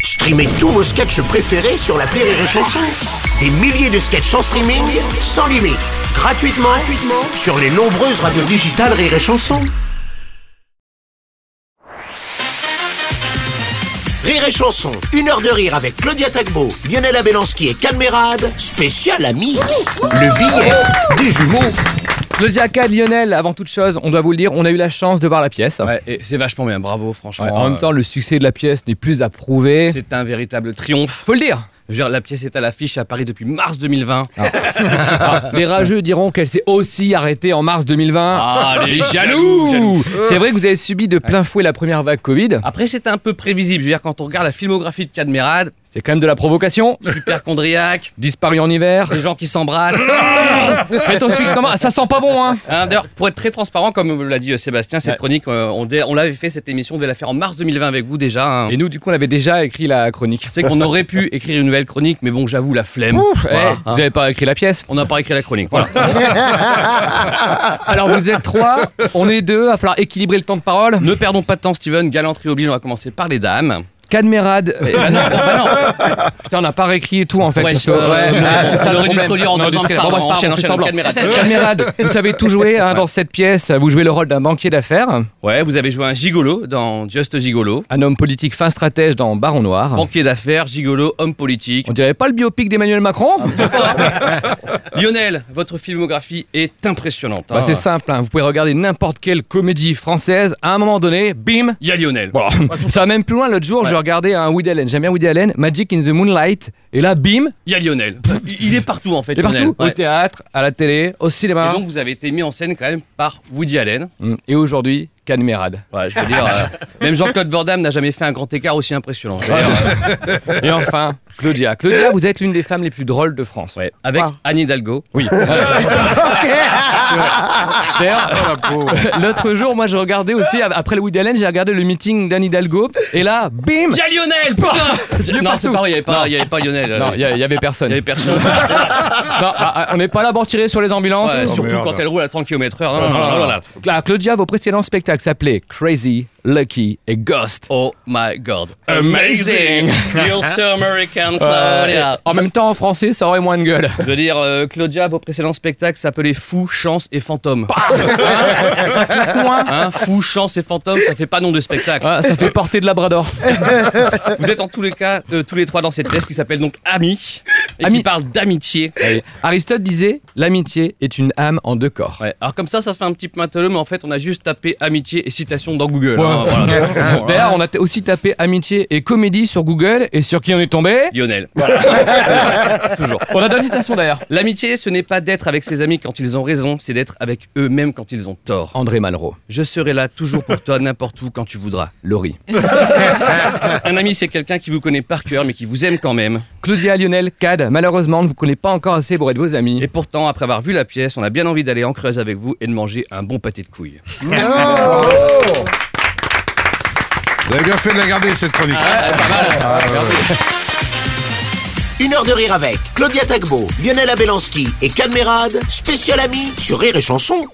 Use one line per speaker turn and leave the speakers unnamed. Streamez tous vos sketchs préférés sur la Rire et Chanson. Des milliers de sketchs en streaming, sans limite, gratuitement, gratuitement sur les nombreuses radios digitales Rire et Chanson. Rire et Chanson, une heure de rire avec Claudia Tagbo, Lionel Abélanski et Canmerade, spécial ami. Le billet des jumeaux.
Claudia K, Lionel, avant toute chose, on doit vous le dire, on a eu la chance de voir la pièce.
Ouais, et c'est vachement bien, bravo, franchement.
Ouais, en même
Euh,
temps, le succès de la pièce n'est plus à prouver.
c'est un véritable triomphe.
Faut le dire
Je veux dire, la pièce est à l'affiche à Paris depuis mars 2020.
Ah, Les rageux diront qu'elle s'est aussi arrêtée en mars 2020.
Ah, les
Jaloux Euh. Ah. C'est vrai que vous avez subi de plein fouet la première vague Covid.
Après, c'était un peu prévisible. Je veux dire, quand on regarde la filmographie de Cadmerade,
C'est quand même de la provocation.
hyperchondriaque,
Disparu en hiver.
des gens qui s'embrassent.
Faites ensuite comment Ça sent pas bon, hein
Hein, D'ailleurs, pour être très transparent, comme l'a dit euh, Sébastien, cette
Ouais.
chronique, euh, on, dé- on l'avait fait cette émission, on devait la faire en mars 2020 avec vous déjà. hein.
Et nous, du coup, on avait déjà écrit la chronique.
C'est qu'on aurait pu écrire une nouvelle chronique, mais bon, j'avoue, la flemme.
Ouf,
Voilà,
eh,
hein.
Vous avez pas écrit la pièce
On n'a pas écrit la chronique. Voilà.
Alors vous êtes trois, on est deux, va falloir équilibrer le temps de parole.
ne perdons pas de temps, Steven. Galanterie oblige, on va commencer par les dames.
Cadmerade,
Eh ben non, bah non.
euh, Putain, on n'a pas réécrit et tout en fait.
Ouais,
parce que-
euh, on
ah, c'est ça le
aurait dû
problème.
se relire en
On aurait
deux
dû
ans,
se-
c'est pas
Bon, bah,
grave,
c'est pas grave,
enchaîne,
on fait
enchaîne,
semblant.
Cadmerade.
Cadmerade, vous savez tout jouer hein, dans cette pièce. Vous jouez le rôle d'un banquier d'affaires,
Ouais, vous avez joué un gigolo dans Just Gigolo.
un homme politique fin stratège dans Baron Noir.
Banquier d'affaires, gigolo, homme politique.
Ah. On dirait pas le biopic d'Emmanuel Macron
Ah,
Bah,
Lionel, votre filmographie est impressionnante.
Bah,
hein.
C'est simple, hein, vous pouvez regarder n'importe quelle comédie française. À un moment donné, bim
Il y a Lionel.
Bon, ça va même plus loin. L'autre jour,
Ouais.
je regardais un Woody Allen. J'aime bien Woody Allen, Magic in the Moonlight. Et là, bim,
Il y a Lionel. Il il est partout en fait.
il est
Lionel.
partout. Au
Ouais.
théâtre, à la télé, au cinéma.
Et donc vous avez été mis en scène quand même par Woody Allen.
Mm. Et aujourd'hui, Cadmerade.
Ouais, je veux dire, euh, même Jean-Claude Van Damme n'a jamais fait un grand écart aussi impressionnant. Je veux dire, euh,
Et enfin, Claudia. Claudia, vous êtes l'une des femmes les plus drôles de France.
ouais. Avec Anne Hidalgo.
Oui.
Ah,
D'ailleurs, l'autre jour, moi, je regardais aussi, après le Woody Allen, j'ai regardé le meeting d'Anne Hidalgo. Et là, bim
Il y a Lionel, putain Non, c'est
partout.
pas vrai, il n'y avait, pas- il y avait pas Lionel. euh,
Non, il
il
y, a- il y avait
n'y
personne.
avait personne.
Non, ah, ah, on n'est pas là pour tirer sur les ambulances.
Ouais, surtout
merde.
quand elle roule à 30 km/h. Non, non, non,
Oh, Non,
non, non, non.
Cla- Claudia, vos précédents spectacles s'appelaient Crazy, Lucky et Ghost.
Oh my god.
Amazing.
You're so American,
Euh,
Claudia.
en même temps, en français, ça aurait moins de gueule.
Je veux dire, euh, Claudia, vos précédents spectacles s'appelaient Fou, Chance et Fantôme.
Bah. Ça claque moins.
Hein, fou, Chance et Fantôme, ça fait pas nom de spectacle.
Ah, ça fait porter de labrador.
Vous êtes en tous les cas, euh, tous les trois dans cette pièce qui s'appelle donc Ami. Et
Ami. Ah
qui parle d'amitié.
Aristote disait L'amitié est une âme en deux corps.
Ouais, Alors comme ça, ça fait un petit peu matelot, mais en fait, on a juste tapé amitié et citation dans Google. hein, voilà.
Bon, D'ailleurs, on a t- aussi tapé amitié et comédie sur Google et sur qui on est tombé
Lionel.
Toujours. On a deux citations d'ailleurs.
L'amitié, ce n'est pas d'être avec ses amis quand ils ont raison, c'est d'être avec eux-mêmes quand ils ont tort.
André Malraux,
Je serai là toujours pour toi, n'importe où, quand tu voudras.
Laurie,
Un ami, c'est quelqu'un qui vous connaît par cœur, mais qui vous aime quand même.
Claudia, Lionel, Cad. Malheureusement, on ne vous connaît pas encore assez pour être vos amis.
Et pourtant, après avoir vu la pièce, on a bien envie d'aller en creuse avec vous et de manger un bon pâté de couilles.
Vous avez bien fait de la garder, cette chronique.
Une heure de rire avec Claudia Tagbo, Lionel Abélanski et Canmerade, spécial ami sur Rire et Chanson.